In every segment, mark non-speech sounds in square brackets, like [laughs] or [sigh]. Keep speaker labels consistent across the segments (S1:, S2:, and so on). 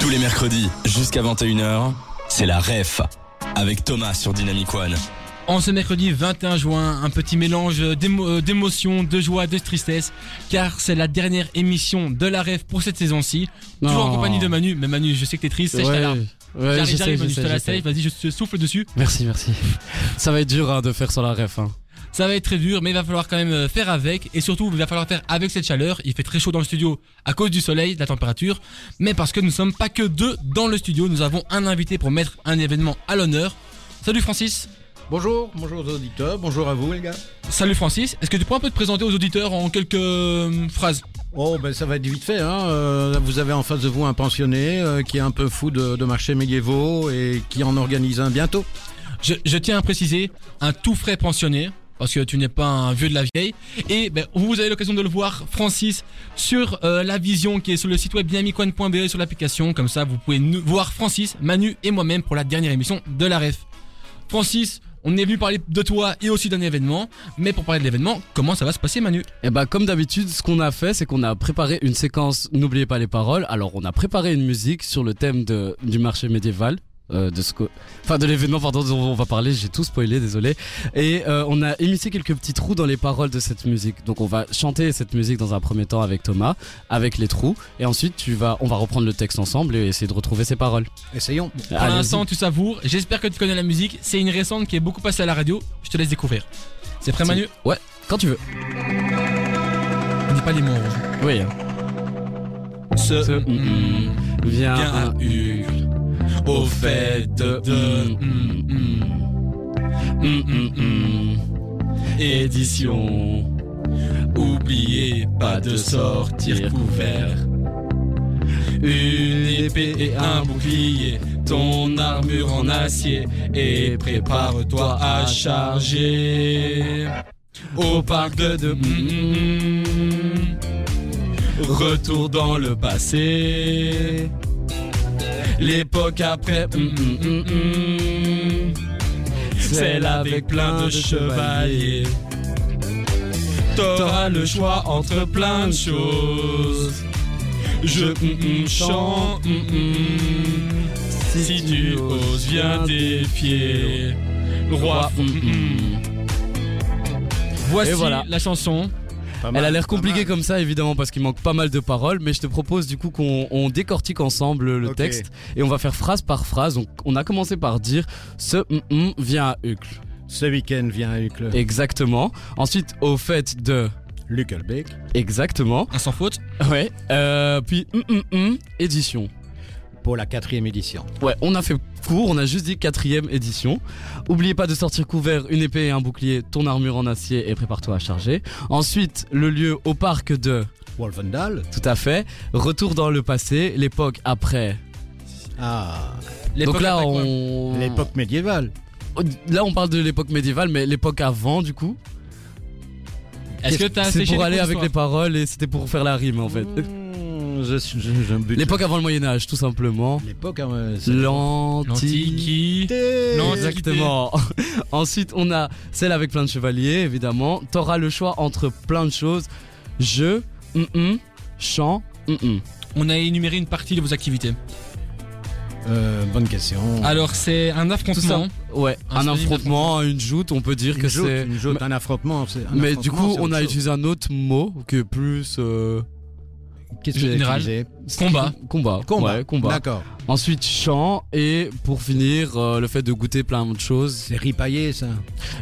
S1: Tous les mercredis, jusqu'à 21h, c'est la REF, avec Thomas sur Dynamic One.
S2: En ce mercredi 21 juin, un petit mélange d'émo- euh, d'émotions, de joie, de tristesse, car c'est la dernière émission de la rêve pour cette saison-ci. Toujours en
S3: Non.
S2: compagnie de Manu. Mais Manu, je sais que t'es triste, sèche
S3: Ouais,
S2: ta larme.
S3: ouais,
S2: J'arrive,
S3: j'essaie,
S2: j'arrive, Manu, je
S3: j'essaie,
S2: te la
S3: j'essaie.
S2: sèche, vas-y, je te souffle dessus.
S3: Merci, merci. Ça va être dur hein, de faire sur la ref. hein.
S2: Ça va être très dur, mais il va falloir quand même euh, faire avec, et surtout, il va falloir faire avec cette chaleur. Il fait très chaud dans le studio à cause du soleil, de la température, mais parce que nous sommes pas que deux dans le studio, nous avons un invité pour mettre un événement à l'honneur. Salut Francis
S4: Bonjour, bonjour aux auditeurs, bonjour à vous les gars.
S2: Salut Francis, est-ce que tu pourrais un peu te présenter aux auditeurs en quelques euh, phrases
S4: Oh ben ça va être vite fait, hein. Euh, vous avez en face de vous un pensionné euh, qui est un peu fou de, de marchés médiévaux et qui en organise un bientôt.
S2: Je, je tiens à préciser, un tout frais pensionné, parce que tu n'es pas un vieux de la vieille. Et ben, vous avez l'occasion de le voir, Francis, sur euh, la vision qui est sur le site web dynamicone.be E sur l'application. Comme ça, vous pouvez nous voir Francis, Manu et moi-même pour la dernière émission de la ref. Francis, on est venu parler de toi et aussi d'un événement. Mais pour parler de l'événement, comment ça va se passer, Manu
S3: Et bah comme d'habitude, ce qu'on a fait, c'est qu'on a préparé une séquence. N'oubliez pas les paroles. Alors on a préparé une musique sur le thème de, du marché médiéval. euh, de ce que- enfin de l'événement pardon dont on va parler j'ai tout spoilé désolé et euh, on a émissé quelques petits trous dans les paroles de cette musique donc on va chanter cette musique dans un premier temps avec Thomas avec les trous et ensuite tu vas on va reprendre le texte ensemble et essayer de retrouver ses paroles
S4: Essayons.
S2: Pour
S3: Allez-y.
S2: l'instant, tu savoures. J'espère que tu connais la musique. C'est une récente qui est beaucoup passée à la radio. Je te laisse découvrir. C'est prêt, Manu
S3: ouais quand tu veux
S2: Dis pas les mots. hein.
S3: oui
S2: Ce...
S3: Ce- viens,
S2: Viens à Hurle Au fait de
S3: Mm, mm, mm. Mm, mm, mm. édition
S2: Oubliez pas de sortir couvert Une épée et un bouclier Ton armure en acier Et prépare-toi à charger Au parc de de Mm, mm. Retour dans le passé L'époque après Mm, mm, mm, mm. Celle avec plein de chevaliers. T'auras le choix entre plein de choses. Je mm, mm, chante, mm, mm. si tu oses, viens défier. Roi. hum,
S3: Mm, mm.
S2: Voici
S3: Et voilà.
S2: la chanson.
S4: Pas mal,
S3: Elle a l'air
S4: pas
S3: compliquée
S4: mal.
S3: comme ça, évidemment, parce qu'il manque pas mal de paroles, mais je te propose du coup qu'on on décortique ensemble le
S4: Ok.
S3: texte et on va faire phrase par phrase. Donc, on a commencé par dire ce hum, hum vient à Hucle.
S4: Ce week-end vient Hucle.
S3: Exactement. Ensuite, au fait de.
S4: Luc Albec.
S3: Exactement.
S2: Un sans faute.
S3: Ouais. Euh, puis hum, hum, hum, édition.
S4: pour la quatrième édition.
S3: Ouais, on a fait court, on a juste dit quatrième édition. Oubliez pas de sortir couvert, une épée et un bouclier, ton armure en acier et prépare-toi à charger. Ensuite, le lieu au parc de.
S4: Wolfendal.
S3: Tout à fait. Retour dans le passé, l'époque après.
S4: Ah,
S3: Donc
S2: L'époque
S3: là,
S2: après quoi
S3: on...
S4: l'époque médiévale.
S3: là, on parle de l'époque médiévale, mais l'époque avant, du coup.
S2: Est-ce que t'as
S3: C'est
S2: séché
S3: pour
S2: les
S3: aller
S2: cours
S3: avec les
S2: d'histoire
S3: paroles et c'était pour faire la rime, en fait.
S4: Mmh, je, je, je me bute.
S3: L'époque avant le Moyen-Âge, tout simplement.
S4: L'époque. hein, c'est-
S3: L'antique.
S2: L'antiquité. L'antiquité.
S3: Exactement. [laughs] Ensuite, on a celle avec plein de chevaliers, évidemment. T'auras le choix entre plein de choses. Jeu, hum, hum, chant, hum, hum.
S2: On a énuméré une partie de vos activités.
S4: Euh, bonne question.
S2: Alors c'est un
S3: Tout ça.
S2: affrontement.
S3: Ouais,
S2: Un
S3: un
S2: joli
S3: affrontement, une joute, on peut dire
S4: une
S3: que
S4: joute,
S3: c'est...
S4: une joute, un affrontement. c'est- un
S3: Mais du
S4: affrontement,
S3: coup,
S4: c'est
S3: on
S4: autre
S3: a
S4: chose.
S3: utilisé un autre mot qui est plus... euh,
S4: Qu'est-ce que j'ai
S2: Général.
S4: utilisé
S2: Combat.
S3: Combat.
S4: Combat.
S3: Ouais, combat.
S4: D'accord.
S3: Ensuite, chant. Et pour finir, euh, le fait de goûter plein de choses.
S4: C'est ripaillé ça.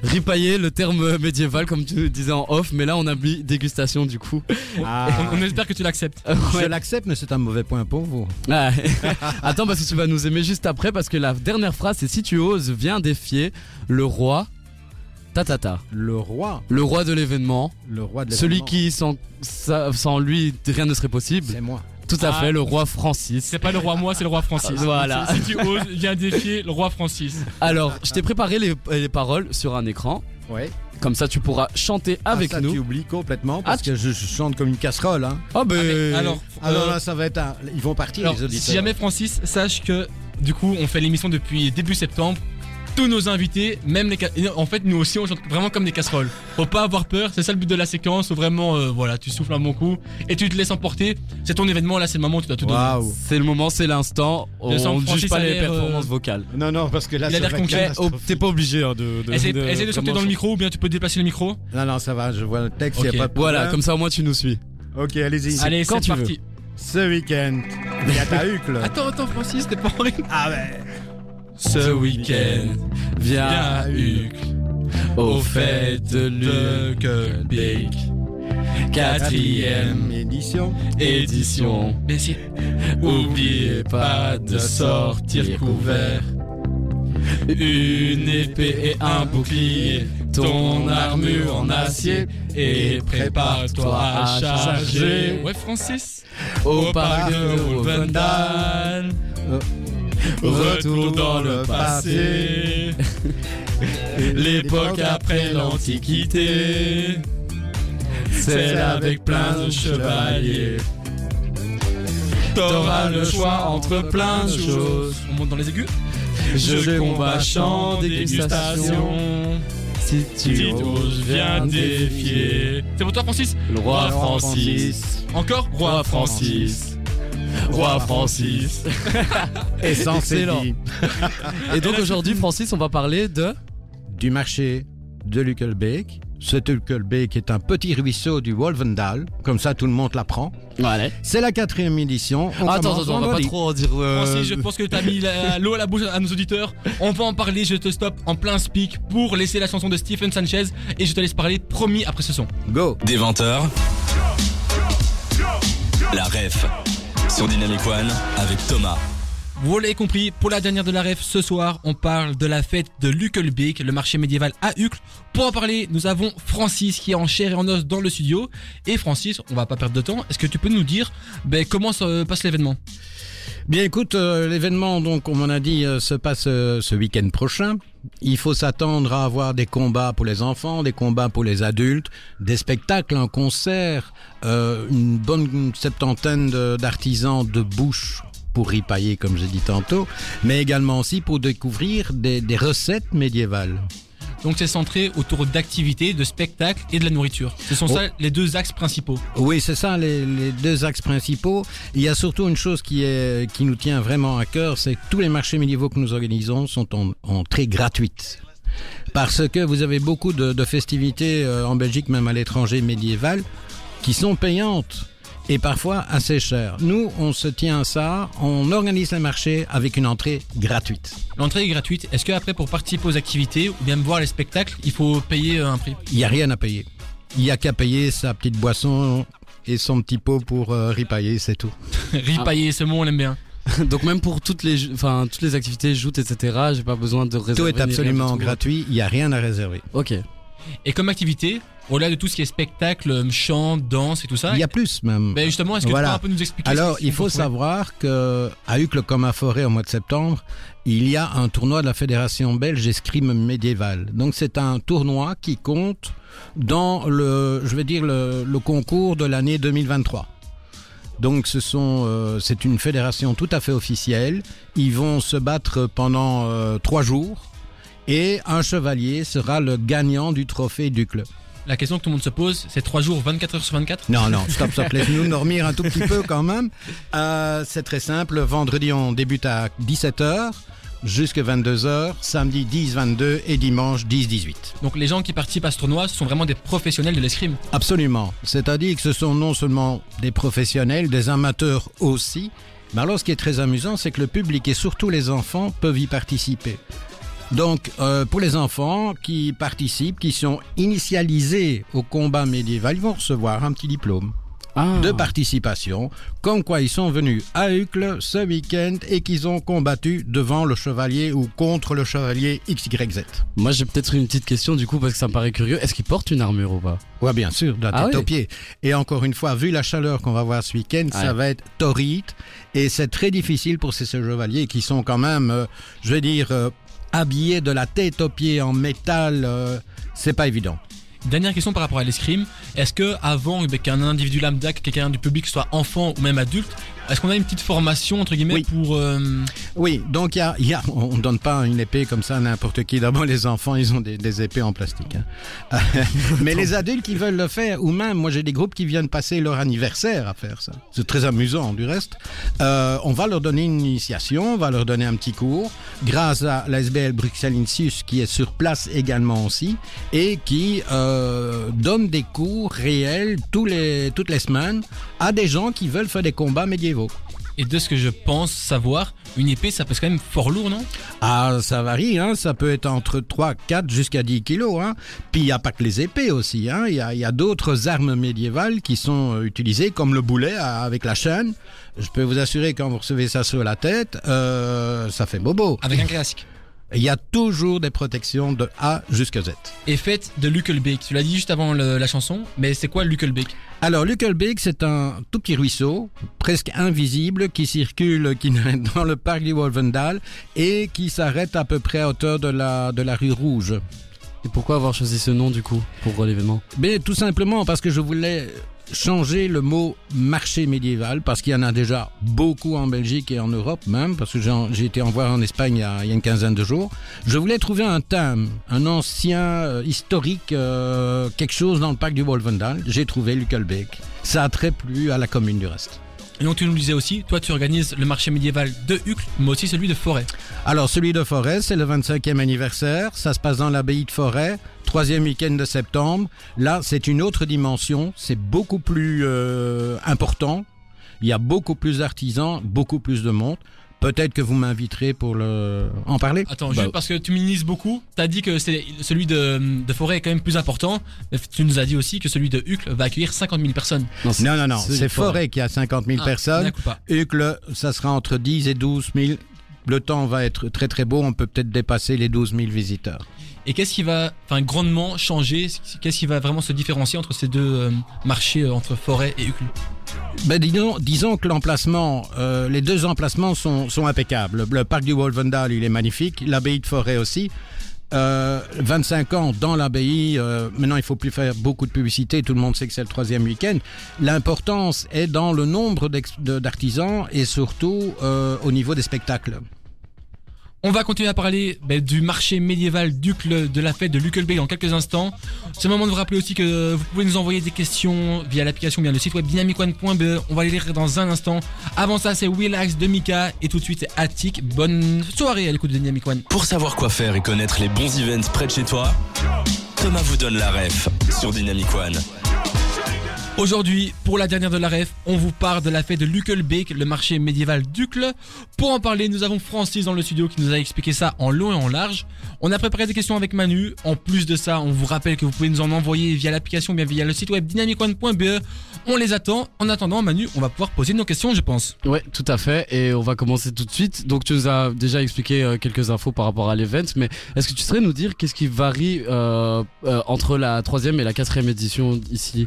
S3: Ripailler, le terme [laughs] médiéval, comme tu nous disais en off. Mais là, on a mis dégustation, du
S4: [laughs]
S3: coup.
S4: Ah.
S2: On, on espère que tu l'acceptes.
S4: Je
S3: Ouais.
S4: l'accepte, mais c'est un mauvais point pour vous.
S3: Ouais. [laughs] Attends, parce que tu vas nous aimer juste après. Parce que la dernière phrase, c'est si tu oses, viens défier le roi. Ta ta ta.
S4: Le roi,
S3: Le roi de l'événement.
S4: le roi de
S3: Celui
S4: l'événement,
S3: qui, sans, sa- sans lui, rien ne serait possible.
S4: C'est moi.
S3: Tout à
S2: Ah.
S3: fait, le roi Francis.
S2: C'est pas le roi moi, c'est le roi Francis.
S3: Voilà.
S2: Si tu oses, viens défier le roi Francis.
S3: Alors, je t'ai préparé les- les paroles sur un écran.
S4: Ouais.
S3: Comme ça, tu pourras chanter avec
S4: Ah, ça,
S3: nous.
S4: Tu oublies complètement parce
S3: Ah,
S4: que je, je chante comme une casserole. Hein.
S3: Ah, ben.
S2: Alors,
S4: Alors
S2: euh,
S4: là, ça va être un. Ils vont partir,
S2: Alors,
S4: les auditeurs.
S2: si jamais Francis, sache que du coup on fait l'émission depuis début septembre. tous nos invités, même les ca- et En fait, nous aussi, on chante vraiment comme des casseroles. Faut pas avoir peur, c'est ça le but de la séquence. Où vraiment, euh, voilà, tu souffles un bon coup et tu te laisses emporter. C'est ton événement, là, c'est le moment où tu dois tout donner.
S4: Waouh.
S3: Oh. C'est le moment, c'est l'instant. On
S2: sens
S3: ne
S2: que Francis
S3: juge pas
S2: a
S3: les
S2: l'air, euh,
S3: performances vocales.
S5: Non, non, parce que là,
S2: Il a
S5: ça
S2: l'air
S5: va
S2: concret. oh,
S4: eh,
S5: être
S4: oh,
S5: catastrophique.
S3: T'es pas obligé hein, de, de.
S2: Essaye
S3: de-
S2: essaye de sauter dans le micro ou bien tu peux déplacer le micro.
S4: Non, non, ça va, je vois le texte, il
S2: Ok.
S4: a pas de problème.
S3: Voilà, comme ça au moins tu nous suis.
S5: Ok, allez-y.
S3: C'est
S2: Allez,
S3: quand
S2: c'est
S3: tu veux.
S2: parti.
S5: Ce week-end, il y a ta hucle.
S2: Attends, attends, Francis, t'es pas en rythme.
S5: Ah ouais.
S2: Ce week-end,
S3: Viens
S2: à Huc,
S3: au
S2: au
S3: fait
S2: fait
S3: de
S2: de Quebec. [laughs] Quatrième
S5: Édition.
S2: édition. Mais si. Oubliez pas de sortir couvert. Une épée et un bouclier, ton armure en acier et prépare-toi à charger. Ouais, Francis. Au parc de Wolvendal. Retour dans le passé, l'époque après l'Antiquité, celle avec plein de chevaliers. T'auras le choix entre plein de choses. On monte dans les aigus. Je combat, chant, dégustation.
S3: Si tu
S2: Didos viens défier. C'est pour toi, Francis
S3: le
S2: Roi
S3: roi
S2: Francis. Encore Roi Francis. Roi Francis.
S4: Et sans
S3: Excellent.
S4: saisie
S3: Et donc aujourd'hui, Francis, on va parler de.
S4: du marché de Luckelbeek. Ce Luckelbeek est un petit ruisseau du Wolvendal, comme ça tout le monde l'apprend.
S3: Allez.
S4: C'est la quatrième édition. On
S3: Ah, Attends,
S4: commence
S3: attends, on va pas
S4: vendredi.
S3: trop en dire. euh,
S2: Francis, je pense que t'as mis la- l'eau à la bouche à nos auditeurs. On va en parler, je te stoppe en plein speak pour laisser la chanson de Stephen Sanchez et je te laisse parler promis après ce son.
S4: Go
S1: Des 20h, la ref sur Dynamic One avec Thomas.
S2: Vous l'avez compris, pour la dernière de la ref ce soir, on parle de la fête de Luckelbeek, le marché médiéval à Uccle. Pour en parler, nous avons Francis qui est en chair et en os dans le studio. Et Francis, on va pas perdre de temps, est-ce que tu peux nous dire ben, comment se passe l'événement
S4: Bien écoute, euh, l'événement, donc, comme on a dit, euh, se passe euh, ce week-end prochain. Il faut s'attendre à avoir des combats pour les enfants, des combats pour les adultes, des spectacles, un concert, euh, une bonne septantaine de- d'artisans de bouche pour ripailler, comme j'ai dit tantôt, mais également aussi pour découvrir des, des recettes médiévales.
S2: Donc c'est centré autour d'activités, de spectacles et de la nourriture. Ce sont
S4: Oh.
S2: ça les deux axes principaux.
S4: Oui, c'est ça les, les deux axes principaux. Il y a surtout une chose qui, est, qui nous tient vraiment à cœur, c'est que tous les marchés médiévaux que nous organisons sont en, en très gratuite. Parce que vous avez beaucoup de, de festivités euh, en Belgique, même à l'étranger médiévales, qui sont payantes et parfois assez chères. Nous, on se tient à ça, on organise les marchés avec une entrée gratuite.
S2: L'entrée est gratuite. Est-ce qu'après pour participer aux activités ou bien voir les spectacles, il faut payer euh, un prix [laughs]
S4: Il n'y a rien à payer. Il n'y a qu'à payer sa petite boisson et son petit pot pour euh, ripailler, c'est tout. Ah.
S2: Ripailler, ce mot on l'aime bien.
S3: [laughs] Donc même pour toutes les, ju- enfin toutes les activités, joutes, etc. J'ai pas besoin de réserver.
S4: Tout
S3: ni
S4: est
S3: rien du
S4: absolument
S3: tout.
S4: gratuit, il n'y a rien à réserver.
S3: Ok.
S2: Et comme activité, au-delà de tout ce qui est spectacle, euh, chant, danse et tout ça,
S4: Il y a plus même.
S2: ben justement, est-ce que
S4: Voilà.
S2: tu peux un peu nous expliquer
S4: Alors,
S2: ce qu'on
S4: il faut
S2: peut trouver
S4: savoir que à Uccle comme à Forêt au mois de septembre, il y a un tournoi de la Fédération belge escrime médiévale. Donc c'est un tournoi qui compte dans le, je vais dire le, le concours de l'année 2023. Donc ce sont, euh, c'est une fédération tout à fait officielle. Ils vont se battre pendant euh, trois jours et un chevalier sera le gagnant du trophée du club.
S2: La question que tout le monde se pose, c'est 3 jours, 24 heures sur 24
S4: Non, non, stop, stop, laisse-nous dormir un tout petit peu quand même. Euh, c'est très simple, vendredi on débute à 17h jusqu'à 22h, samedi 10-22 et dimanche 10-18.
S2: Donc les gens qui participent à ce tournoi, ce sont vraiment des professionnels de l'escrime.
S4: Absolument, c'est-à-dire que ce sont non seulement des professionnels, des amateurs aussi, mais alors ce qui est très amusant, c'est que le public et surtout les enfants peuvent y participer. Donc, euh, pour les enfants qui participent, qui sont initialisés au combat médiéval, ils vont recevoir un petit diplôme.
S3: Ah.
S4: de participation, comme quoi ils sont venus à Uccle ce week-end et qu'ils ont combattu devant le chevalier ou contre le chevalier XYZ.
S3: Moi j'ai peut-être une petite question du coup parce que ça me paraît curieux. Est-ce qu'il porte une armure ou pas
S4: Ouais, bien sûr, de la
S3: Ah
S4: tête
S3: oui.
S4: aux pieds. Et encore une fois, vu la chaleur qu'on va voir ce week-end,
S3: Ouais.
S4: ça va être torride et c'est très difficile pour ces chevaliers qui sont quand même, euh, je vais dire, euh, habillés de la tête aux pieds en métal. euh, c'est pas évident.
S2: Dernière question par rapport à l'escrime, est-ce que avant eh ben, qu'un individu lambda, que quelqu'un du public soit enfant ou même adulte, Est-ce qu'on a une petite formation, entre guillemets,
S4: Oui.
S2: pour. euh,
S4: Oui, donc il y a, il y a- on ne donne pas une épée comme ça à n'importe qui. D'abord, les enfants, ils ont des, des épées en plastique. hein. [laughs] Mais les adultes qui veulent le faire, ou même, moi j'ai des groupes qui viennent passer leur anniversaire à faire ça. C'est très amusant du reste. Euh, on va leur donner une initiation, on va leur donner un petit cours, grâce à l'ASBL Bruxelles Insius qui est sur place également aussi, et qui euh, donne des cours réels tous les, toutes les semaines à des gens qui veulent faire des combats médiévaux.
S2: Et de ce que je pense savoir, une épée, ça pèse quand même fort lourd, non
S4: Ah, ça varie, hein. ça peut être entre 3, 4 jusqu'à 10 kilos. Hein. Puis il n'y a pas que les épées aussi, hein. il y a, il y a d'autres armes médiévales qui sont euh, utilisées, comme le boulet euh, avec la chaîne. Je peux vous assurer, quand vous recevez ça sur la tête, euh, ça fait bobo.
S2: Avec un casque.
S4: Il y a toujours des protections de A jusqu'à Z.
S2: Et faite de Luckelbeek. Tu l'as dit juste avant le- la chanson, mais c'est quoi Luckelbeek
S4: Alors, Luckelbeek, c'est un tout petit ruisseau, presque invisible, qui circule qui [laughs] naît dans le parc du Wolvendal et qui s'arrête à peu près à hauteur de la, de la rue Rouge.
S3: Et pourquoi avoir choisi ce nom du coup pour euh, l'événement
S4: Mais tout simplement parce que je voulais changer le mot marché médiéval, parce qu'il y en a déjà beaucoup en Belgique et en Europe même, parce que j'en- j'ai été en voir en Espagne il y, a, il y a une quinzaine de jours. Je voulais trouver un thème, un ancien euh, historique, euh, quelque chose dans le parc du Wolvendal. J'ai trouvé Luckelbeek. Ça a très plu à la commune du reste.
S2: Et donc tu nous le disais aussi, toi tu organises le marché médiéval de Hucle, mais aussi celui de Forêt.
S4: Alors, celui de Forêt, c'est le 25e anniversaire. Ça se passe dans l'abbaye de Forêt, troisième week-end de septembre. Là, c'est une autre dimension. C'est beaucoup plus euh, important. Il y a beaucoup plus d'artisans, beaucoup plus de monde. Peut-être que vous m'inviterez pour le... en parler.
S2: Attends,
S4: Bah,
S2: juste parce que tu minimises beaucoup, t'as dit que c'est celui de, de Forêt est quand même plus important, mais tu nous as dit aussi que celui de Hucle va accueillir 50 000 personnes.
S3: c'est-
S4: Non, non, non.
S3: c'est
S4: C'est
S3: Forêt.
S4: Forêt qui a 50 000
S2: Ah,
S4: personnes.
S2: d'accord, pas.
S4: Hucle, ça sera entre 10 et 12 000. Le temps va être très très beau. On peut peut-être dépasser les 12 000 visiteurs.
S2: Et qu'est-ce qui va enfin, grandement changer Qu'est-ce qui va vraiment se différencier entre ces deux euh, marchés, euh, entre Forêt et Hucle
S4: Ben disons, disons que l'emplacement, euh, les deux emplacements sont, sont impeccables. Le parc du Wolvendal, il est magnifique. L'abbaye de Forêt aussi. Euh, 25 ans dans l'abbaye. euh, maintenant, il faut plus faire beaucoup de publicité. Tout le monde sait que c'est le troisième week-end. L'importance est dans le nombre d'ex- de- d'artisans et surtout euh, au niveau des spectacles.
S2: On va continuer à parler ben, du marché médiéval d'Ucle, de la fête de Luckelbeek dans quelques instants. C'est le moment de vous rappeler aussi que vous pouvez nous envoyer des questions via l'application, via le site web dynamicone.be. On va les lire dans un instant. Avant ça, c'est Willax de Mika et tout de suite, c'est Attic. Bonne soirée à l'écoute de Dynamic One.
S1: Pour savoir quoi faire et connaître les bons events près de chez toi, Thomas vous donne la ref sur Dynamic One.
S2: Aujourd'hui, pour la dernière de la ref, on vous parle de la fête de Luckelbeek, le marché médiéval d'Ucle. Pour en parler, nous avons Francis dans le studio qui nous a expliqué ça en long et en large. On a préparé des questions avec Manu. En plus de ça, on vous rappelle que vous pouvez nous en envoyer via l'application, bien via le site web dynamicone.be. On les attend. En attendant, Manu, on va pouvoir poser nos questions, je pense.
S3: Ouais, tout à fait. Et on va commencer tout de suite. Donc, tu nous as déjà expliqué euh, quelques infos par rapport à l'event, mais est-ce que tu saurais nous dire qu'est-ce qui varie euh, euh, entre la troisième et la quatrième édition ici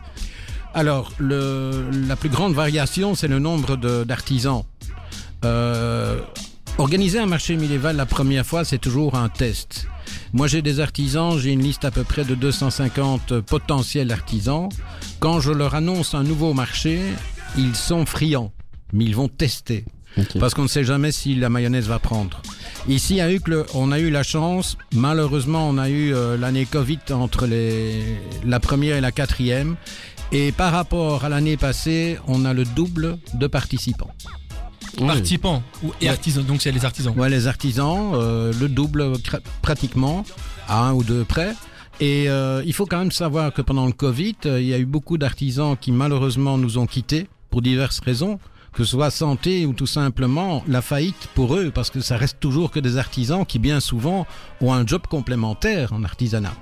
S4: Alors, le- la plus grande variation, c'est le nombre de- d'artisans. Euh, organiser un marché médiéval la première fois, c'est toujours un test. Moi, j'ai des artisans, j'ai une liste à peu près de 250 potentiels artisans. Quand je leur annonce un nouveau marché, ils sont friands, mais ils vont tester. Parce qu'on ne sait jamais si la mayonnaise va prendre. Ici à Hucle, on a eu la chance. Malheureusement, on a eu euh, l'année Covid entre les, la première et la quatrième. Et par rapport à l'année passée, on a le double de participants.
S3: Oui.
S2: Participants ou et
S4: Ouais.
S2: artisans, donc c'est les artisans.
S4: Ouais, les artisans, euh, le double cra- pratiquement, à un ou deux près. Et euh, il faut quand même savoir que pendant le Covid, euh, il y a eu beaucoup d'artisans qui malheureusement nous ont quittés pour diverses raisons, que ce soit santé ou tout simplement la faillite pour eux, parce que ça reste toujours que des artisans qui bien souvent ont un job complémentaire en artisanat.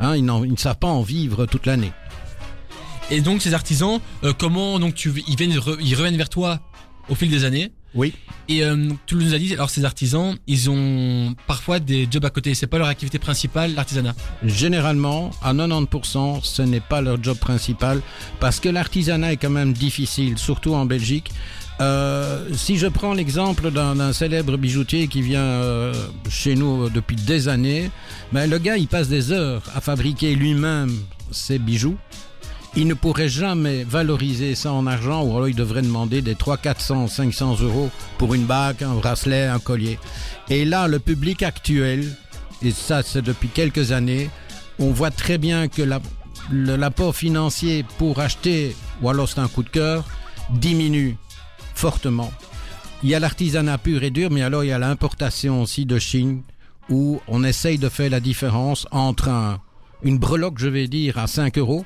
S4: Hein, ils, n'en- ils ne savent pas en vivre toute l'année.
S2: Et donc ces artisans, euh, comment donc tu, ils viennent, re- ils reviennent vers toi au fil des années
S4: Oui.
S2: Et euh, donc, tu nous as dit, alors ces artisans, ils ont parfois des jobs à côté. C'est pas leur activité principale, l'artisanat.
S4: Généralement, à 90%, ce n'est pas leur job principal parce que l'artisanat est quand même difficile, surtout en Belgique. Euh, si je prends l'exemple d'un d'un célèbre bijoutier qui vient euh, chez nous depuis des années, ben, le gars il passe des heures à fabriquer lui-même ses bijoux. il ne pourrait jamais valoriser ça en argent ou alors il devrait demander des 300, 400, 500 euros pour une bague, un bracelet, un collier. Et là, le public actuel, et ça c'est depuis quelques années, on voit très bien que la- le- l'apport financier pour acheter, ou alors c'est un coup de cœur, diminue fortement. Il y a l'artisanat pur et dur, mais alors il y a l'importation aussi de Chine, où on essaye de faire la différence entre un- une breloque, je vais dire, à 5 euros,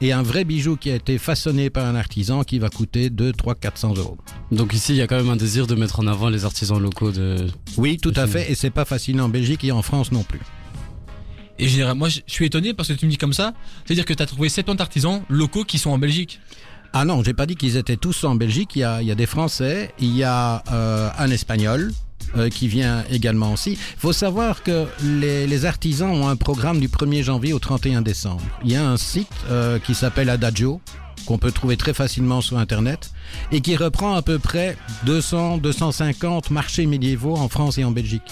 S4: et un vrai bijou qui a été façonné par un artisan qui va coûter 2, 3, 400 euros.
S3: Donc ici, il y a quand même un désir de mettre en avant les artisans locaux de.
S4: Oui, tout à
S3: Chine.
S4: fait, et c'est pas facile en Belgique et en France non plus.
S2: Et généralement, moi, je je suis étonné parce que tu me dis comme ça. C'est-à-dire que tu as trouvé 70 artisans locaux qui sont en Belgique.
S4: Ah non, j'ai pas dit qu'ils étaient tous en Belgique. Il y a, il y a des Français, il y a euh, un Espagnol euh, qui vient également aussi. Il faut savoir que les, les artisans ont un programme du 1er janvier au 31 décembre. Il y a un site euh, qui s'appelle Adagio qu'on peut trouver très facilement sur Internet et qui reprend à peu près 200-250 marchés médiévaux en France et en Belgique.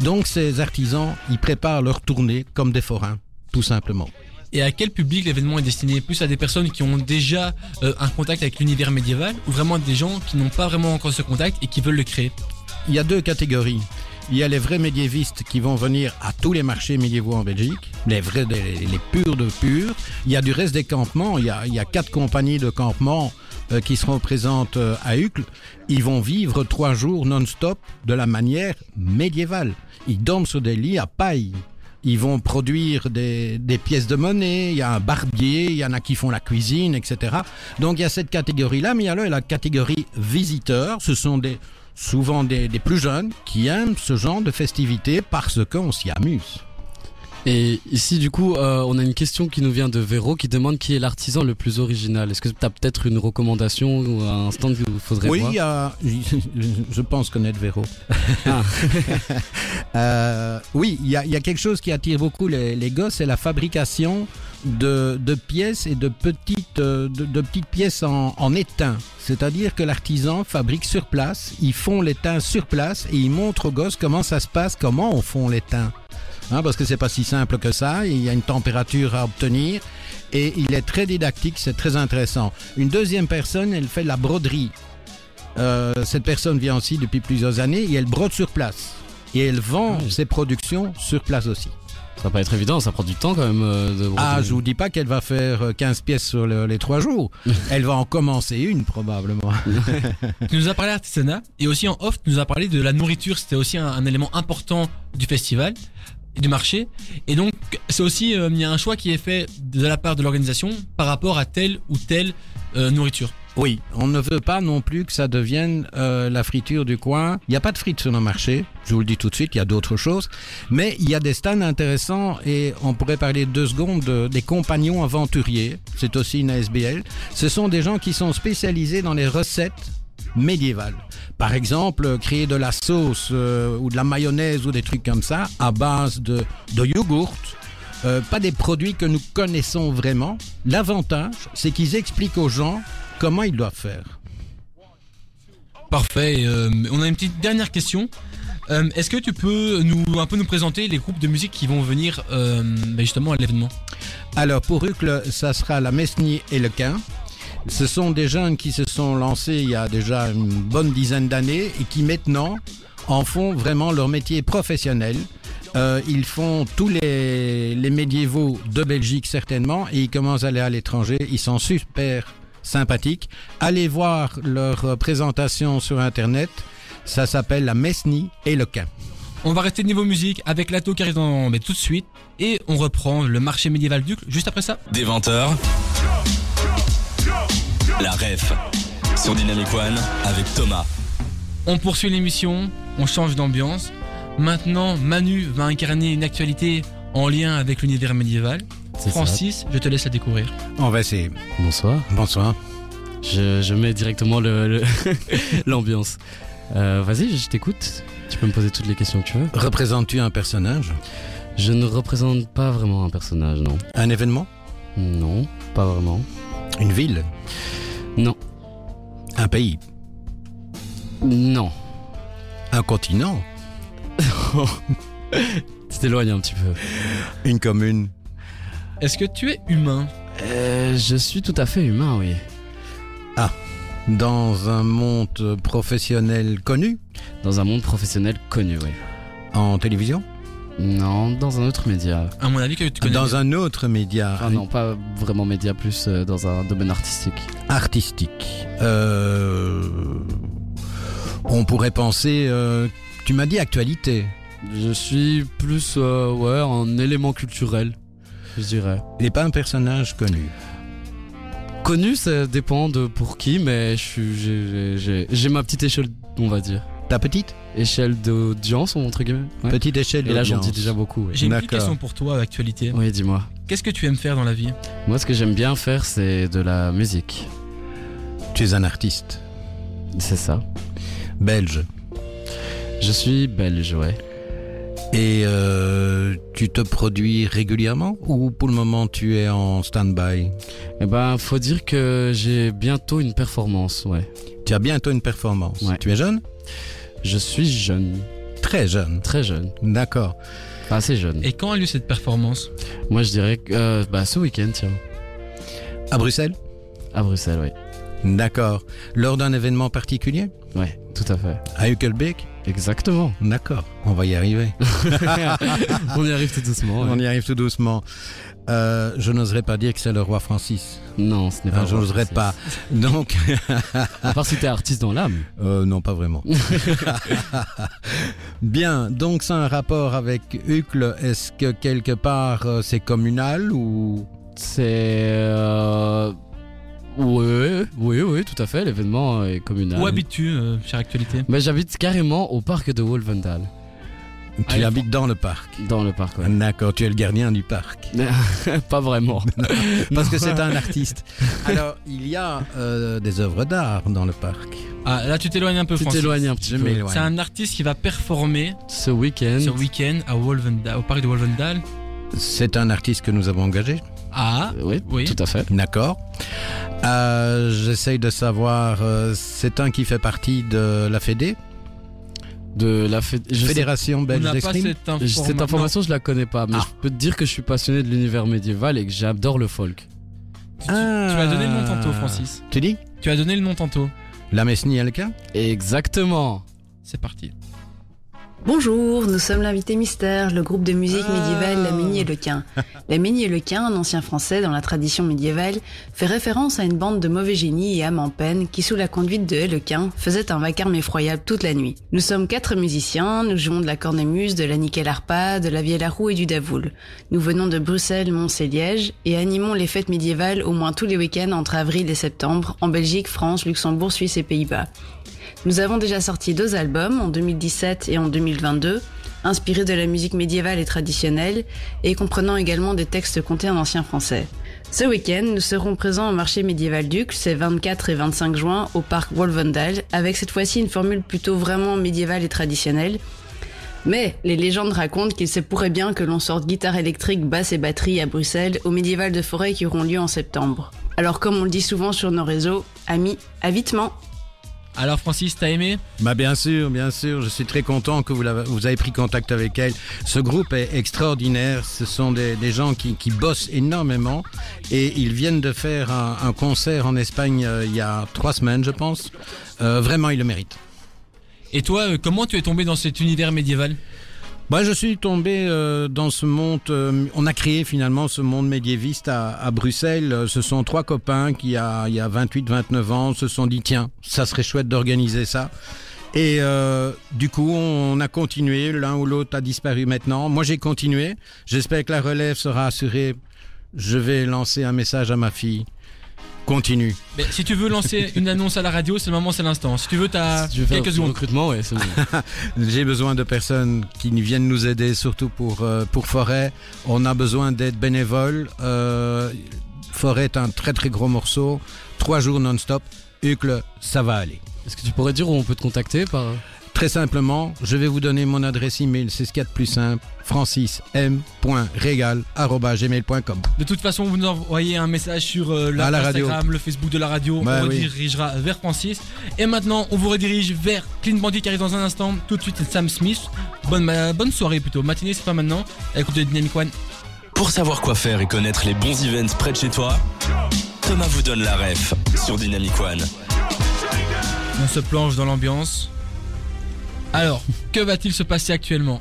S4: Donc ces artisans, ils préparent leur tournée comme des forains, tout simplement.
S2: Et à quel public l'événement est destiné Plus à des personnes qui ont déjà euh, un contact avec l'univers médiéval ou vraiment des gens qui n'ont pas vraiment encore ce contact et qui veulent le créer
S4: Il y a deux catégories. Il y a les vrais médiévistes qui vont venir à tous les marchés médiévaux en Belgique, les vrais, les, les purs de purs. Il y a du reste des campements. Il y a, il y a quatre compagnies de campements euh, qui seront présentes euh, à Uccle. Ils vont vivre trois jours non-stop de la manière médiévale. Ils dorment sur des lits à paille. Ils vont produire des, des pièces de monnaie, il y a un barbier, il y en a qui font la cuisine, etc. Donc il y a cette catégorie-là, mais il y a là la catégorie visiteurs, ce sont des, souvent des, des plus jeunes qui aiment ce genre de festivités parce qu'on s'y amuse.
S3: Et ici, du coup, euh, on a une question qui nous vient de Véro qui demande qui est l'artisan le plus original. Est-ce que tu as peut-être une recommandation ou un stand qu'il faudrait
S4: Oui,
S3: voir
S4: il y a- je pense connaître Véro.
S3: [laughs]
S4: Ah. [laughs] Euh, oui, il y, a, il y a quelque chose qui attire beaucoup les, les gosses, c'est la fabrication de, de pièces et de petites, euh, de, de petites pièces en, en étain. C'est-à-dire que l'artisan fabrique sur place, ils font l'étain sur place et ils montrent aux gosses comment ça se passe, comment on fond l'étain. Hein, parce que c'est pas si simple que ça, il y a une température à obtenir et il est très didactique, c'est très intéressant. Une deuxième personne, elle fait de la broderie. Euh, cette personne vient aussi depuis plusieurs années et elle brode sur place. Et elle vend ses productions sur place aussi.
S3: Ça va pas être évident, ça prend du temps quand même. euh, de
S4: Ah,
S3: retourner.
S4: je vous dis pas qu'elle va faire euh, 15 pièces sur le- les trois jours. elle va en commencer une probablement.
S2: Tu nous as parlé artisanat et aussi en off, tu nous as parlé de la nourriture. C'était aussi un, un élément important du festival et du marché. Et donc, c'est aussi, euh, il y a un choix qui est fait de la part de l'organisation par rapport à telle ou telle euh, nourriture.
S4: Oui, on ne veut pas non plus que ça devienne euh, la friture du coin. Il n'y a pas de frites sur le marché, je vous le dis tout de suite, il y a d'autres choses. Mais il y a des stands intéressants et on pourrait parler deux secondes de- des compagnons aventuriers. C'est aussi une ASBL. Ce sont des gens qui sont spécialisés dans les recettes médiévales. Par exemple, euh, créer de la sauce euh, ou de la mayonnaise ou des trucs comme ça à base de, de yogourt. Euh, pas des produits que nous connaissons vraiment. L'avantage, c'est qu'ils expliquent aux gens comment ils doivent faire.
S2: Parfait. et, euh, on a une petite dernière question. Euh, Est-ce que tu peux nous un peu nous présenter les groupes de musique qui vont venir euh, bah, justement à l'événement
S4: Alors pour Uccle, ça sera la Mesnie et le Quin. Ce sont des jeunes qui se sont lancés il y a déjà une bonne dizaine d'années et qui maintenant en font vraiment leur métier professionnel. Euh, ils font tous les, les médiévaux de Belgique certainement et ils commencent à aller à l'étranger. Ils sont super sympathiques. Allez voir leur euh, présentation sur Internet. Ça s'appelle la Mesnie et le Quin.
S2: On va rester niveau musique avec Lato qui arrive dans, mais tout de suite et on reprend le marché médiéval d'Uccle juste après ça.
S1: Des 20h, la ref sur Dynamic One avec Thomas.
S2: On poursuit l'émission, on change d'ambiance. Maintenant, Manu va incarner une actualité en lien avec l'univers médiéval.
S3: C'est ça.
S2: Francis, je te laisse la découvrir.
S4: On va essayer.
S3: Bonsoir.
S4: Bonsoir.
S3: Je, je mets directement le- le- [laughs] l'ambiance. Euh, Vas-y, je t'écoute. Tu peux me poser toutes les questions que tu veux.
S4: Représentes-tu un personnage
S3: Je ne représente pas vraiment un personnage, non.
S4: Un événement
S3: Non, pas vraiment.
S4: Une ville
S3: Non.
S4: Un pays
S3: Non.
S4: Un continent
S3: Tu t'éloignes un petit peu.
S4: Une commune
S2: Est-ce que tu es humain
S3: Euh, je suis tout à fait humain, oui.
S4: Dans un monde professionnel connu,
S3: Dans un monde professionnel connu, oui.
S4: en télévision,
S3: Non, dans un autre média.
S2: À mon avis, que tu connais.
S4: dans un autre média
S3: Enfin, Ah non, pas vraiment média, plus euh, dans un domaine artistique.
S4: artistique, euh, on pourrait penser, euh, tu m'as dit actualité,
S3: Je suis plus, euh, ouais, un élément culturel, je dirais.
S4: et pas un personnage connu.
S3: Connu, ça dépend de pour qui, mais je suis- j'ai- j'ai- j'ai- j'ai ma petite échelle, on va dire.
S4: Ta petite
S3: Échelle d'audience, entre guillemets. Ouais.
S4: Petite échelle
S3: Et là, j'en dis
S4: d'audience.
S3: déjà beaucoup. Oui,
S2: J'ai une petite
S4: D'accord.
S2: question pour toi, actualité.
S3: Oui, dis-moi.
S2: Qu'est-ce que tu aimes faire dans la vie
S3: Moi, ce que j'aime bien faire, c'est de la musique.
S4: Tu es un artiste
S3: C'est ça.
S4: belge
S3: Je suis belge, ouais.
S4: et euh, tu te produis régulièrement ou pour le moment tu es en stand-by
S3: Eh ben, faut dire que j'ai bientôt une performance, ouais.
S4: Tu as bientôt une performance.
S3: Ouais.
S4: Tu es jeune
S3: Je suis jeune,
S4: Très jeune.
S3: très jeune,
S4: D'accord.
S3: Enfin, assez jeune.
S2: Et quand a lieu cette performance
S3: Moi, je dirais que euh, bah, ce week-end, tiens,
S4: À Bruxelles
S3: à Bruxelles, oui.
S4: D'accord. Lors d'un événement particulier
S3: Ouais, tout à fait.
S4: À Huckelbeek
S3: Exactement.
S4: [laughs]
S3: [laughs]
S4: D'accord. On va y arriver.
S3: On y arrive tout doucement. ouais.
S4: On y arrive tout doucement. Euh, je n'oserais pas dire que c'est le roi Francis.
S3: Non, ce n'est
S4: Hein,
S3: pas.
S4: je
S3: vrai,
S4: n'oserais
S3: c'est-
S4: pas. Donc, [laughs]
S3: À part si t'es artiste dans l'âme.
S4: euh, non, pas vraiment. [laughs] Bien. Donc, c'est un rapport avec Hucle. Est-ce que quelque part euh, c'est communal ou
S3: C'est. Euh... Oui, oui, oui, tout à fait. L'événement est communal.
S2: Où habites-tu, euh, chère actualité
S3: Mais j'habite carrément au parc de Wolvendal,
S4: tu
S2: Allez,
S4: habites dans le parc
S3: dans le parc. ouais. [laughs]
S4: D'accord. Tu es le gardien du parc.
S3: pas vraiment.
S4: Parce que c'est un
S2: [laughs]
S4: artiste. Alors, il y a euh, des œuvres d'art dans le parc.
S2: Ah, là, tu t'éloignes un peu,
S3: Tu
S2: Francis.
S3: t'éloignes un petit
S4: Je
S3: peu. Ah
S4: m'éloigne.
S2: C'est un artiste qui va performer
S3: Ce week-end,
S2: ce week-end à Wolvendal, au parc de Wolvendal.
S4: C'est un artiste que nous avons engagé.
S2: Ah,
S3: oui,
S2: Oui.
S3: Euh, tout à fait.
S4: D'accord. Euh, J'essaye de savoir. euh, c'est un qui fait partie de la FEDE,
S3: De la fé- Ben, je sais-
S4: Fédération
S2: on
S4: belge
S2: n'a pas
S4: d'escrime.
S2: cette, informa-
S3: Cette information, je la connais pas, mais
S4: Ah.
S3: je peux te dire que je suis passionné de l'univers médiéval et que j'adore le folk.
S2: Non, tu, tu- tu as donné le nom tantôt,
S3: Ah.
S2: Francis.
S4: Tu dis
S2: Tu as donné le nom tantôt.
S4: La Messnie Alka
S3: Exactement.
S2: C'est parti.
S6: Bonjour, nous sommes l'invité mystère, le groupe de musique médiévale La Ménie et le Quin. La Ménie et le Quin, un ancien français dans la tradition médiévale, fait référence à une bande de mauvais génies et âmes en peine qui, sous la conduite de Hellequin, faisait un vacarme effroyable toute la nuit. Nous sommes quatre musiciens, nous jouons de la cornemuse, de la nickel harpa, de la vielle à roue et du davoul. Nous venons de Bruxelles, Mons et Liège et animons les fêtes médiévales au moins tous les week-ends entre avril et septembre en Belgique, France, Luxembourg, Suisse et Pays-Bas. Nous avons déjà sorti deux albums en 2017 et en 2022, inspirés de la musique médiévale et traditionnelle, et comprenant également des textes contés en ancien français. Ce week-end, nous serons présents au marché médiéval d'Uccle, ces 24 et 25 juin, au parc Wolvendal, avec cette fois-ci une formule plutôt vraiment médiévale et traditionnelle. Mais les légendes racontent qu'il se pourrait bien que l'on sorte guitare électrique, basse et batterie à Bruxelles au médiéval de forêt qui auront lieu en septembre. Alors comme on le dit souvent sur nos réseaux, amis, à vitement
S2: Alors, Francis, t'as aimé
S4: Bah bien sûr, bien sûr. Je suis très content que vous, l'avez- vous avez pris contact avec elle. Ce groupe est extraordinaire. Ce sont des, des gens qui, qui bossent énormément et ils viennent de faire un, un concert en Espagne euh, il y a trois semaines, je pense. Euh, vraiment, ils le méritent.
S2: Et toi, euh, comment tu es tombé dans cet univers médiéval
S4: Moi, Bah, je suis tombé euh, dans ce monde. euh, on a créé finalement ce monde médiéviste à, à Bruxelles. Euh, Ce sont trois copains qui, a, il y a 28-29 ans, se sont dit tiens, ça serait chouette d'organiser ça. Et euh, du coup, on a continué. L'un ou l'autre a disparu maintenant. Moi, j'ai continué. J'espère que la relève sera assurée. Je vais lancer un message à ma fille. Continue.
S2: Mais Si tu veux
S4: [laughs]
S2: lancer une annonce à la radio, c'est le moment, c'est l'instant. Si tu veux, t'as
S3: Si tu veux faire
S2: quelques
S3: du
S2: secondes.
S3: recrutement,
S2: [laughs]
S3: ouais, c'est bon.
S4: J'ai besoin de personnes qui viennent nous aider, surtout pour, euh, pour Forêt. On a besoin d'aide bénévole. Euh, Forêt est un très très gros morceau. Trois jours non-stop. Hucle, ça va aller.
S3: Est-ce que tu pourrais dire où on peut te contacter par...
S4: Très simplement, je vais vous donner mon adresse email, c'est ce qu'il y a de plus simple, francism.regal.gmail.com.
S2: De toute façon, vous nous envoyez un message sur euh, la
S4: À la radio.
S2: Instagram, le Facebook de la radio.
S4: Bah
S2: on
S4: oui.
S2: redirigera vers Francis. Et maintenant, on vous redirige vers Clean Bandit qui arrive dans un instant. Tout de suite, c'est Sam Smith. Bonne, ma- bonne soirée plutôt. Matinée, c'est pas maintenant. Écoutez Dynamic One.
S1: Pour savoir quoi faire et connaître les bons events près de chez toi, Thomas vous donne la ref sur Dynamic One.
S2: On se plonge dans l'ambiance. Alors, que va-t-il se passer actuellement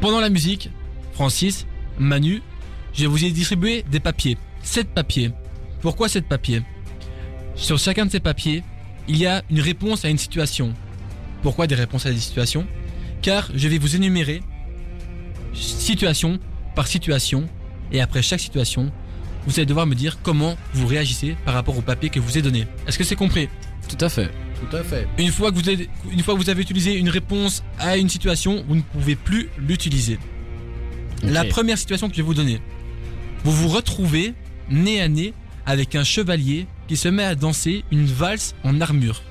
S2: Pendant la musique, Francis, Manu, je vous ai distribué des papiers. Sept papiers. Pourquoi sept papiers Sur chacun de ces papiers, il y a une réponse à une situation. Pourquoi des réponses à des situations Car je vais vous énumérer situation par situation, et après chaque situation, vous allez devoir me dire comment vous réagissez par rapport au papier que je vous ai donné. Est-ce que c'est compris
S3: Tout à fait.
S4: Tout à fait.
S2: une fois, que vous avez, une fois que vous avez utilisé une réponse à une situation, vous ne pouvez plus l'utiliser. La
S3: Ok.
S2: première situation que je vais vous donner. Vous vous retrouvez nez à nez avec un chevalier qui se met à danser une valse en armure.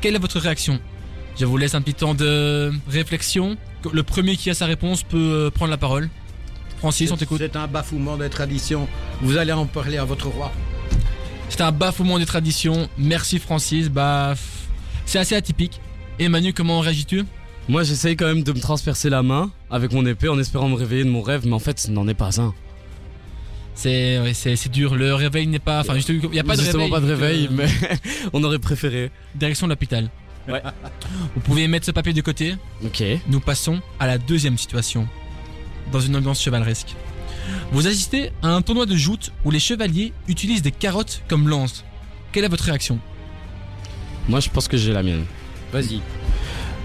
S2: Quelle est votre réaction Je vous laisse un petit temps de réflexion. Le premier qui a sa réponse peut euh, prendre la parole. Francis, on t'écoute.
S4: C'est un bafouement des traditions. Vous allez en parler à votre roi.
S2: C'est un bafouement des traditions. Merci Francis. Bah, pff, c'est assez atypique. Et Manu, comment réagis-tu
S3: Moi, j'essaye quand même de me transpercer la main avec mon épée en espérant me réveiller de mon rêve, mais en fait, ce n'en est pas un.
S2: C'est ouais, c'est c'est dur. Le réveil n'est pas. Enfin, juste- il n'y a pas de
S3: Justement,
S2: réveil.
S3: pas de réveil,
S2: Euh,
S3: mais [laughs] on aurait préféré.
S2: Direction de l'hôpital.
S3: Ouais.
S2: Vous pouvez mettre ce papier de côté.
S3: Ok.
S2: Nous passons à la deuxième situation. Dans une ambiance chevaleresque. Vous assistez à un tournoi de joutes où les chevaliers utilisent des carottes comme lance. Quelle est votre réaction
S3: Moi, je pense que j'ai la mienne.
S4: Vas-y.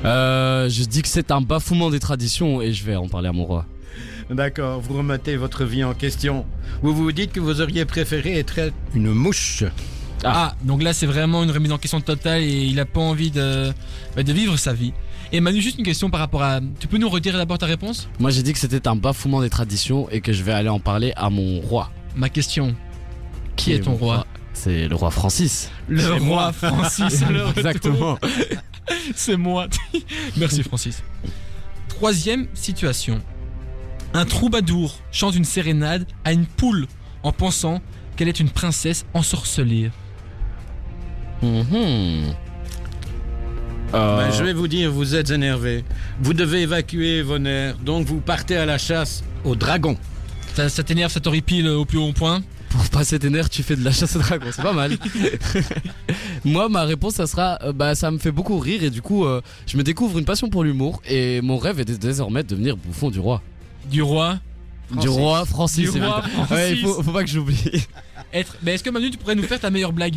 S3: Euh, je dis que c'est un bafouement des traditions et je vais en parler à mon roi.
S7: D'accord, vous remettez votre vie en question.
S4: Vous vous dites que vous auriez préféré être une mouche.
S2: Ah, donc là c'est vraiment une remise en question totale et il a pas envie de, bah, de vivre sa vie. Et Manu, juste une question par rapport à. Tu peux nous redire d'abord ta réponse
S3: Moi, j'ai dit que c'était un bafouement des traditions et que je vais aller en parler à mon roi.
S2: Ma question. Qui est ton
S3: mon
S2: roi
S3: C'est le roi Francis.
S2: Le roi Francis.
S4: [laughs]
S2: le retour.
S3: Exactement.
S2: [laughs] C'est moi. Merci Francis. Troisième situation. Un troubadour chante une sérénade à une poule en pensant qu'elle est une princesse ensorcelée.
S3: Mhm. Euh,
S4: Ben, je vais vous dire, vous êtes énervé. Vous devez évacuer vos nerfs, donc vous partez à la chasse au dragon.
S2: Ça, ça t'énerve, ça t'horripile euh, au plus haut point.
S3: Pour passer tes nerfs, tu fais de la chasse au dragon, c'est
S2: [laughs]
S3: pas mal. Moi, ma réponse, ça sera, euh, bah, ça me fait beaucoup rire et du coup, euh, je me découvre une passion pour l'humour et mon rêve est de- désormais de devenir bouffon du roi.
S2: Du roi.
S3: Du roi Francis.
S2: du roi
S3: évidemment.
S2: Francis.
S3: Ouais, il faut, faut pas que j'oublie.
S2: Être... Mais est-ce que Manu, tu pourrais nous faire ta meilleure blague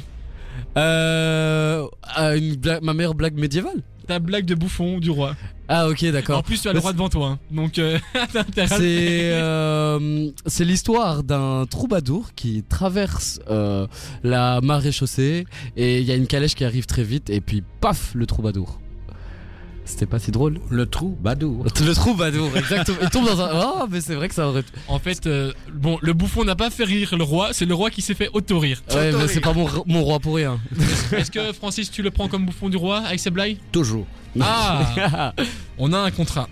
S3: Euh, euh, une blague- ma meilleure blague médiévale.
S2: Ta blague de bouffon du roi.
S3: Ah ok,
S2: En
S3: d'accord.
S2: plus, tu as le
S3: Bah,
S2: roi devant toi. hein. Donc, euh, [laughs] t'as intérêt à le
S3: C'est euh, c'est l'histoire d'un troubadour qui traverse euh, la marée chaussée et il y a une calèche qui arrive très vite et puis paf le troubadour. C'était pas si drôle.
S4: Le trou, Badour.
S3: Le troubadour, exactement. Il tombe dans un. Oh, mais c'est vrai que ça aurait. pu-
S2: En fait, euh, bon, le bouffon n'a pas fait rire le roi, c'est le roi qui s'est fait auto-rire.
S3: Ouais, mais c'est pas mon, mon roi pour rien.
S2: Est-ce que Francis, tu le prends comme bouffon du roi avec ses blagues
S4: Toujours.
S2: Ah On a un contrat.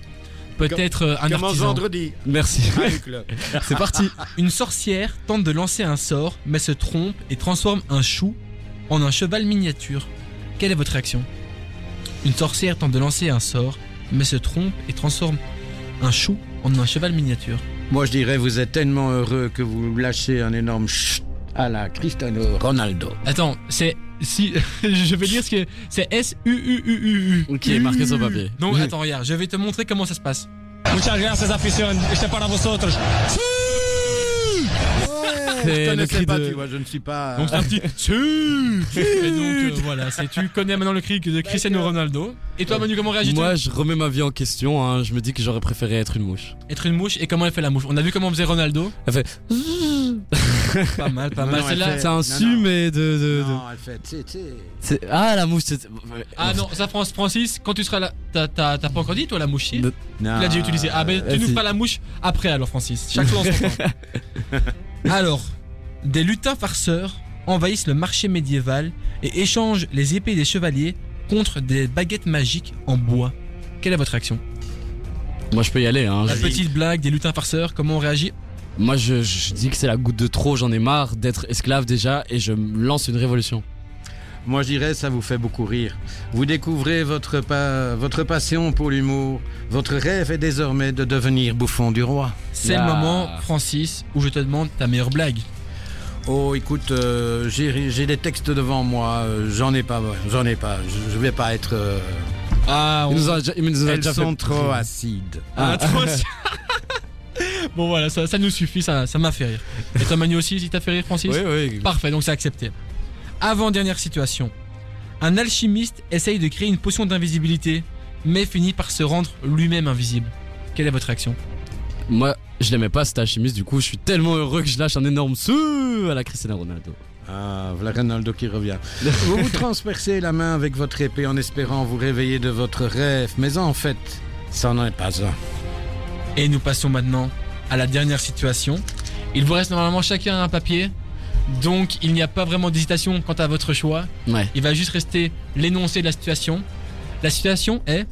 S2: Peut-être euh, un
S7: Commence
S2: artisan.
S7: vendredi
S3: [laughs] Merci.
S7: à Uccle.
S3: C'est parti.
S2: Une sorcière tente de lancer un sort, mais se trompe et transforme un chou en un cheval miniature. Quelle est votre réaction Une sorcière tente de lancer un sort, mais se trompe et transforme un chou en un cheval miniature.
S4: [laughs] Moi, je dirais, vous êtes tellement heureux que vous lâchez un énorme chut à la Cristiano Ronaldo. [laughs]
S2: Attends, c'est si [laughs] je vais dire ce que c'est S U U U U U.
S3: Ok, marquez sur papier.
S2: Donc attends, regarde, je vais te montrer comment ça se passe.
S3: C'est le
S7: connaissais
S3: cri
S7: pas,
S3: de-
S7: tu vois, je ne suis pas.
S2: Donc c'est un [laughs] petit tu Et donc euh, voilà, c'est tu connais maintenant le cri de Cristiano Ronaldo. Et toi Manu, comment réagis-tu
S3: Moi, je remets ma vie en question. hein. Je me dis que j'aurais préféré être une mouche.
S2: Être une mouche et comment elle fait la mouche On a vu comment faisait Ronaldo.
S3: Elle fait.
S2: Pas mal, pas
S7: Ah Non,
S2: mal.
S7: non,
S2: Celle-là-
S7: elle
S3: Bah, C'est un
S7: Non,
S3: su,
S7: non.
S3: mais de. de- de-
S7: non, elle fait. tu sais, tu sais.
S3: c'est- Ah, la mouche, c'est.
S2: Ah non, ça France Francis, quand tu seras là, t'as t'as- t'as pas encore dit toi la mouche si
S3: Non.
S2: Tu l'as déjà utilisé. Ah ben tu
S3: euh,
S2: nous
S3: si.
S2: fais la mouche après alors Francis. Chaque fois on se [laughs] comprend. Alors, des lutins farceurs envahissent le marché médiéval et échangent les épées des chevaliers contre des baguettes magiques en bois. Quelle est votre action
S3: Moi, je peux y aller. Hein.
S2: La
S3: Je-
S2: petite blague des lutins farceurs, comment on réagit
S3: Moi, je, je dis que c'est la goutte de trop. J'en ai marre d'être esclave déjà et je me lance une révolution.
S7: Moi, je dirais, ça vous fait beaucoup rire. Vous découvrez votre, pa- votre passion pour l'humour. Votre rêve est désormais de devenir bouffon du roi.
S2: C'est le
S3: Là.
S2: moment, Francis, où je te demande ta meilleure blague.
S7: Oh, écoute, euh, j'ai j'ai des textes devant moi. euh, J'en ai pas, j'en ai pas. Je, je vais pas être. euh,
S2: Ah, on...
S3: Il nous a déjà, il nous a
S7: Elles
S3: déjà fait.
S7: sont trop acides.
S2: Ah, trop aussi. [laughs] bon voilà, ça, ça nous suffit, ça ça m'a fait rire. Et toi Manu aussi, si t'as fait rire Francis
S3: Oui, oui.
S2: Parfait, donc c'est accepté. Avant-dernière situation. Un alchimiste essaye de créer une potion d'invisibilité, mais finit par se rendre lui-même invisible. Quelle est votre réaction
S3: Moi, je l'aimais pas, c'était alchimiste. Du coup, je suis tellement heureux que je lâche un énorme sou à la Cristiano Ronaldo.
S7: Ah, voilà Ronaldo qui
S3: [laughs]
S7: revient. vous vous transpercez la main avec votre épée en espérant vous réveiller de votre rêve, mais en fait, ça n'en est pas un.
S2: Et nous passons maintenant à la dernière situation. Il vous reste normalement chacun un papier, donc il n'y a pas vraiment d'hésitation quant à votre choix.
S3: Ouais.
S2: Il va juste rester l'énoncé de la situation. La situation est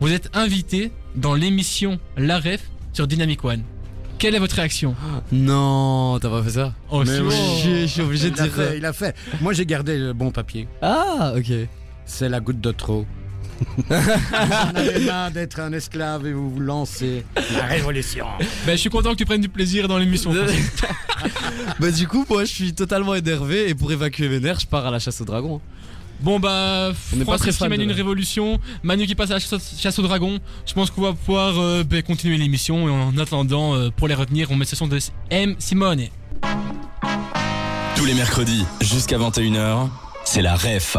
S2: vous êtes invité dans l'émission La Ref sur Dynamic One. Quelle est votre réaction
S3: Non, t'as pas fait ça
S2: Oh,
S7: Mais
S2: c'est
S7: oui.
S2: bon.
S3: Je suis obligé de
S7: Il a
S3: dire ça.
S7: fait, il a fait. Moi, j'ai gardé le bon papier.
S3: Ah, ok.
S7: C'est la goutte de trop. [laughs] Vous en avez marre d'être un esclave et vous vous lancez. La révolution.
S2: Ben, je suis content que tu prennes du plaisir
S7: [laughs]
S2: dans l'émission. Francis.
S3: bah, du coup, moi, je suis totalement énervé et pour évacuer mes nerfs, je pars à la chasse au dragon.
S2: Bon bah,
S3: On n'est pas très
S2: Francis qui
S3: fan
S2: mène
S3: de
S2: une
S3: la-
S2: révolution, Manu qui passe à la chasse, chasse au dragon. Je pense qu'on va pouvoir euh, ben, continuer l'émission et en attendant, euh, pour les retenir, on met session de M. Simone.
S1: Tous les mercredis jusqu'à 21h, c'est la REF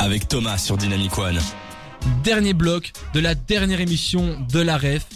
S1: avec Thomas sur Dynamic One.
S2: dernier bloc de la dernière émission de la REF.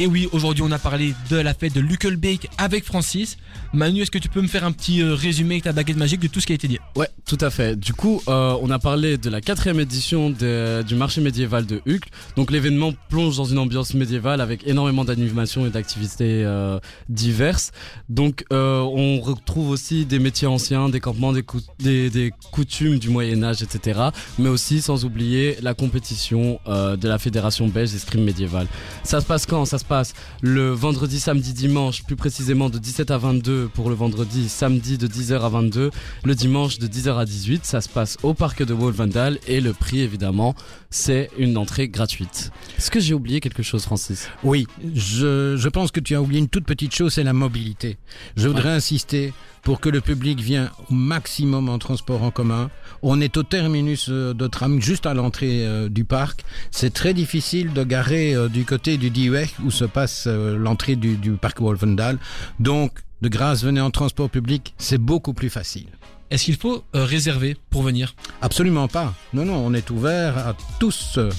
S2: Et oui, aujourd'hui on a parlé de la fête de Luckelbeek avec Francis. Manu, est-ce que tu peux me faire un petit euh, résumé avec ta baguette magique de tout ce qui a été dit
S3: Ouais, tout à fait. Du coup, euh, on a parlé de la quatrième édition de- du marché médiéval de Hucle. Donc l'événement plonge dans une ambiance médiévale avec énormément d'animations et d'activités euh, diverses. Donc euh, on retrouve aussi des métiers anciens, des campements, des, cou- des, des coutumes du Moyen Âge, etc. Mais aussi, sans oublier, la compétition euh, de la Fédération belge d'escrime médiévale. Ça se passe quand Ça se passe le vendredi, samedi, dimanche, plus précisément de 17 à 22 pour le vendredi, samedi de 10h à 22 le dimanche de 10h à 18h. Ça se passe au parc de Wolvendal et le prix, évidemment, c'est une entrée gratuite. Est-ce que j'ai oublié quelque chose, Francis
S4: Oui, je, je pense que tu as oublié une toute petite chose, c'est la mobilité. Je voudrais insister pour que le public vienne au maximum en transport en commun. On est au terminus euh, de tram, juste à l'entrée euh, du parc. C'est très difficile de garer euh, du côté du Dieweg où se passe euh, l'entrée du, du parc Wolfendal. Donc, de grâce, venez en transport public, c'est beaucoup plus facile.
S2: Est-ce qu'il faut euh, réserver pour venir
S4: Absolument pas. Non, non, on est ouvert à tous, euh,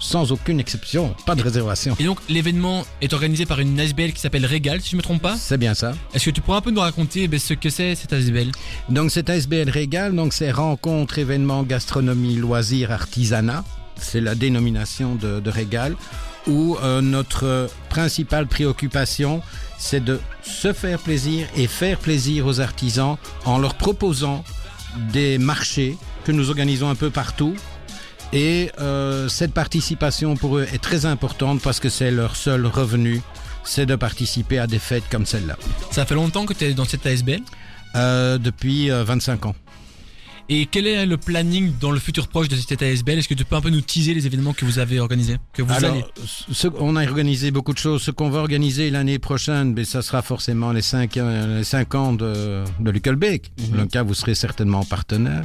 S4: sans aucune exception. Pas de réservation.
S2: Et donc l'événement est organisé par une ASBL qui s'appelle Régal, si je me trompe pas.
S4: C'est bien ça.
S2: Est-ce que tu pourrais un peu nous raconter ben, ce que c'est cette ASBL
S4: Donc cet ASBL Régal, donc c'est rencontres, événements, gastronomie, loisirs, artisanat. C'est la dénomination de, de Régal où euh, notre euh, principale préoccupation, c'est de se faire plaisir et faire plaisir aux artisans en leur proposant des marchés que nous organisons un peu partout. Et euh, cette participation pour eux est très importante parce que c'est leur seul revenu, c'est de participer à des fêtes comme celle-là.
S2: Ça fait longtemps que tu es dans cette ASBL.
S4: Euh, depuis euh, 25 ans.
S2: Et quel est le planning dans le futur proche de cette ASBL Est-ce que tu peux un peu nous teaser les événements que vous avez organisés Que vous
S4: Alors,
S2: allez
S4: ce- on a organisé beaucoup de choses. Ce qu'on va organiser l'année prochaine, ben, ça sera forcément les 5 les cinq ans de, de Luckelbeek.
S2: Mhm.
S4: Dans le cas, vous serez certainement partenaire.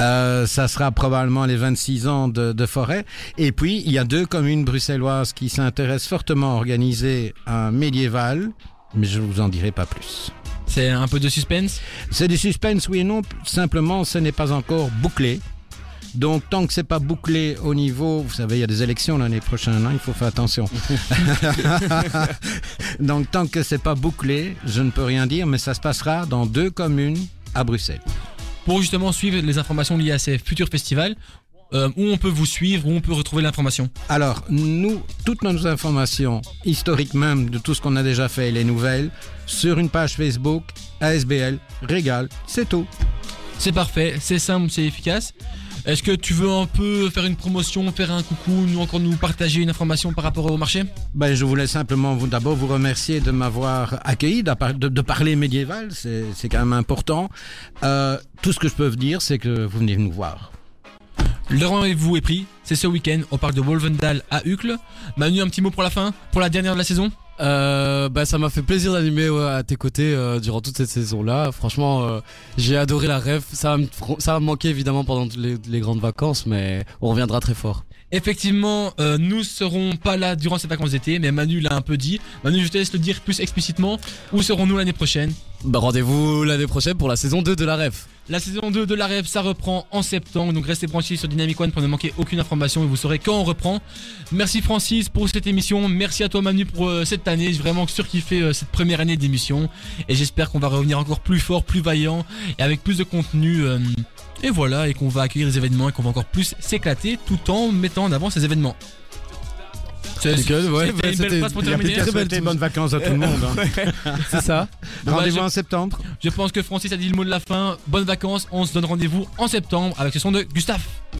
S4: Euh, ça sera probablement les 26 ans de, de Forêt. Et puis, il y a deux communes bruxelloises qui s'intéressent fortement à organiser un médiéval. Mais je vous en dirai pas plus.
S2: C'est un peu de suspense
S4: C'est du suspense, oui et non. Simplement, ce n'est pas encore bouclé. Donc, tant que c'est pas bouclé au niveau, vous savez, il y a des élections l'année prochaine, hein, il faut faire attention. Donc, tant que c'est pas bouclé, je ne peux rien dire, mais ça se passera dans deux communes à Bruxelles.
S2: pour justement suivre les informations liées à ces futurs festivals, euh, où on peut vous suivre, où on peut retrouver l'information.
S4: Alors, nous, toutes nos informations historiques même de tout ce qu'on a déjà fait et les nouvelles, sur une page Facebook, ASBL, Régal, c'est tout.
S2: C'est parfait, c'est simple, c'est efficace. Est-ce que tu veux un peu faire une promotion, faire un coucou, nous encore nous partager une information par rapport au marché
S4: Ben, je voulais simplement vous, d'abord vous remercier de m'avoir accueilli, d'appar- de, de parler médiéval, c'est c'est quand même important. Euh, tout ce que je peux vous dire, c'est que vous venez nous voir.
S2: Le rendez-vous est pris, c'est ce week-end au parc de Wolvendal à Uccle. Manu, un petit mot pour la fin, pour la dernière de la saison
S3: Euh, bah, ça m'a fait plaisir d'animer ouais, à tes côtés euh, durant toute cette saison-là. Franchement, euh, j'ai adoré la rêve. Ça va me fr- ça va me manquer évidemment pendant les, les grandes vacances, mais on reviendra très fort.
S2: Effectivement, euh, nous serons pas là durant ces vacances d'été, mais Manu l'a un peu dit. Manu, je te laisse le dire plus explicitement. Où serons-nous l'année prochaine
S3: Bah, rendez-vous l'année prochaine pour la saison 2 de la rêve.
S2: La saison 2 de la rêve, ça reprend en septembre. Donc restez branchés sur Dynamic One pour ne manquer aucune information et vous saurez quand on reprend. Merci Francis pour cette émission. Merci à toi Manu pour euh, cette année. J'ai vraiment surkiffé euh, cette première année d'émission. Et j'espère qu'on va revenir encore plus fort, plus vaillant et avec plus de contenu. euh, et voilà, et qu'on va accueillir les événements et qu'on va encore plus s'éclater tout en mettant en avant ces événements. C'est- c'était
S3: Nickel, ouais, bah,
S2: une
S3: c'était-
S2: belle phrase pour
S3: il y a
S2: terminer.
S3: plus qu'à
S2: Très
S3: souhaiter bonne-
S7: bonnes vacances à tout le monde.
S2: [laughs]
S7: hein.
S3: C'est ça.
S7: Rendez-vous
S2: je-
S7: en septembre.
S2: Je pense que Francis a dit le mot de la fin. Bonnes vacances, on se donne rendez-vous en septembre avec ce son de Gustave.